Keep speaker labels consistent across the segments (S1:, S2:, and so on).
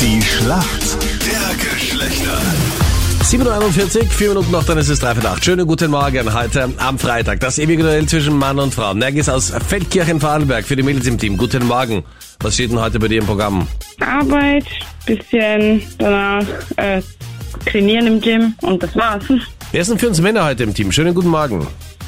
S1: Die Schlacht der Geschlechter.
S2: 7.41, vier Minuten noch, dann ist es 3 für 8. Schönen guten Morgen heute am Freitag. Das ewige Duell zwischen Mann und Frau. Nergis aus Feldkirchen-Vorarlberg für die Mädels im Team. Guten Morgen. Was steht denn heute bei dir im Programm?
S3: Arbeit, bisschen danach äh, trainieren im Gym und das war's.
S2: Wer ist denn für uns Männer heute im Team? Schönen guten Morgen.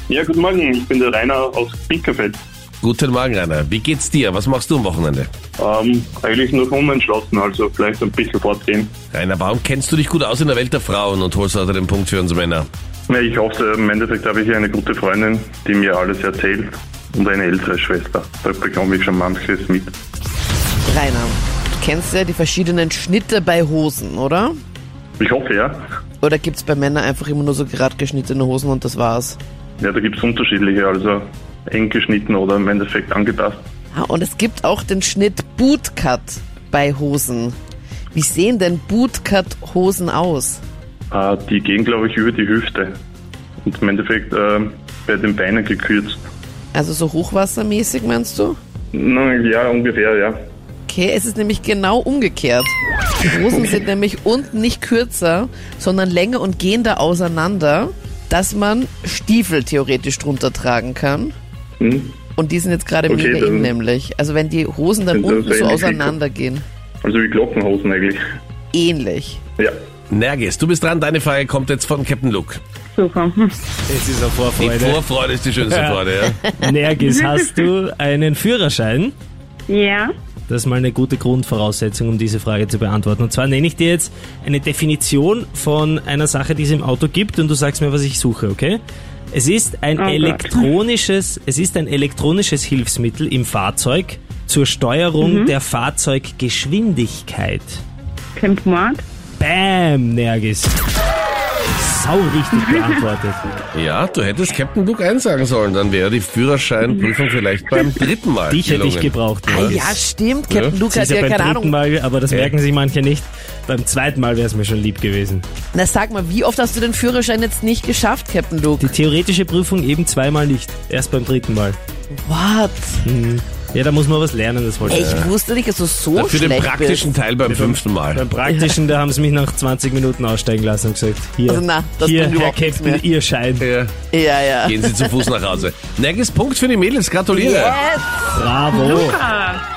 S4: Ja, guten Morgen, ich bin der Rainer aus Bickerfeld.
S2: Guten Morgen, Rainer. Wie geht's dir? Was machst du am Wochenende?
S4: Ähm, eigentlich noch unentschlossen, also vielleicht ein bisschen fortgehen.
S2: Rainer, warum kennst du dich gut aus in der Welt der Frauen und holst heute den Punkt für uns Männer?
S4: Ja, ich hoffe, im Endeffekt habe ich hier eine gute Freundin, die mir alles erzählt und eine ältere Schwester. Da bekomme ich schon manches mit.
S5: Rainer, du kennst ja die verschiedenen Schnitte bei Hosen, oder?
S4: Ich hoffe, ja.
S5: Oder gibt's bei Männern einfach immer nur so gerade geschnittene Hosen und das war's?
S4: Ja, da gibt es unterschiedliche, also eng geschnitten oder im Endeffekt angepasst.
S5: Ah, und es gibt auch den Schnitt Bootcut bei Hosen. Wie sehen denn Bootcut-Hosen aus?
S4: Äh, die gehen, glaube ich, über die Hüfte und im Endeffekt äh, bei den Beinen gekürzt.
S5: Also so hochwassermäßig meinst du?
S4: Na, ja, ungefähr, ja.
S5: Okay, es ist nämlich genau umgekehrt. Die Hosen sind nämlich unten nicht kürzer, sondern länger und gehender auseinander, dass man Stiefel theoretisch drunter tragen kann.
S4: Hm?
S5: Und die sind jetzt gerade
S4: Okay,
S5: mega
S4: dann-
S5: eben nämlich. Also wenn die Hosen dann
S4: Sind das
S5: unten so
S4: ähnlich wie-
S5: auseinandergehen.
S4: Also wie Glockenhosen eigentlich.
S5: Ähnlich.
S4: Ja.
S2: Nergis, du bist dran. Deine Frage kommt jetzt von Captain Luke.
S3: Super.
S6: Es ist eine
S2: Die
S6: Vorfreude.
S2: Vorfreude ist die schönste
S6: Ja.
S2: Freude, ja?
S6: Nergis, hast du einen Führerschein?
S3: Ja,
S6: Das ist mal eine gute Grundvoraussetzung, um diese Frage zu beantworten. Und zwar nenne ich dir jetzt eine Definition von einer Sache, die es im Auto gibt, und du sagst mir, was ich suche, okay? Es ist ein
S3: Oh Gott.
S6: elektronisches, es ist ein elektronisches Hilfsmittel im Fahrzeug zur
S3: Mhm.
S6: Steuerung der Fahrzeuggeschwindigkeit.
S3: Tempomat.
S6: Bam, Nergis. Sau richtig beantwortet.
S2: Ja, du hättest Captain Luke einsagen sollen. Dann wäre die Führerscheinprüfung vielleicht beim dritten Mal
S6: Dich hätte ich
S2: gelungen.
S6: gebraucht.
S5: Ah,
S6: Nergis.
S5: ja, stimmt. Captain
S2: Ja.
S6: Sie
S5: Luke hat
S6: ist ja
S5: ja
S6: beim
S5: keine
S6: dritten
S5: Ahnung.
S6: Mal, aber das merken sich manche nicht. Beim zweiten Mal wäre es mir schon lieb gewesen.
S5: Na sag mal, wie oft hast du den Führerschein jetzt nicht geschafft, Captain
S6: Die
S5: Luke?
S6: theoretische Prüfung eben zweimal nicht. Erst beim dritten Mal.
S5: What?
S6: Ja, da muss man was lernen, das wollte
S5: Ey,
S6: ich.
S5: ich wusste nicht, dass du so
S2: Für den
S5: schlecht
S2: praktischen Teil beim fünften Mal.
S6: Beim praktischen, da haben sie mich nach 20 Minuten aussteigen lassen und gesagt, hier,
S5: Also na, das
S6: hier
S5: bringt
S6: Herr
S5: überhaupt nichts
S6: Captain,
S5: mehr.
S6: Ihr Schein.
S2: Ja.
S5: bist. Ja, ja.
S2: Gehen Sie zu Fuß nach Hause. Nergis, Punkt für die Mädels. Gratuliere.
S5: Yes.
S6: Bravo.
S3: Ah,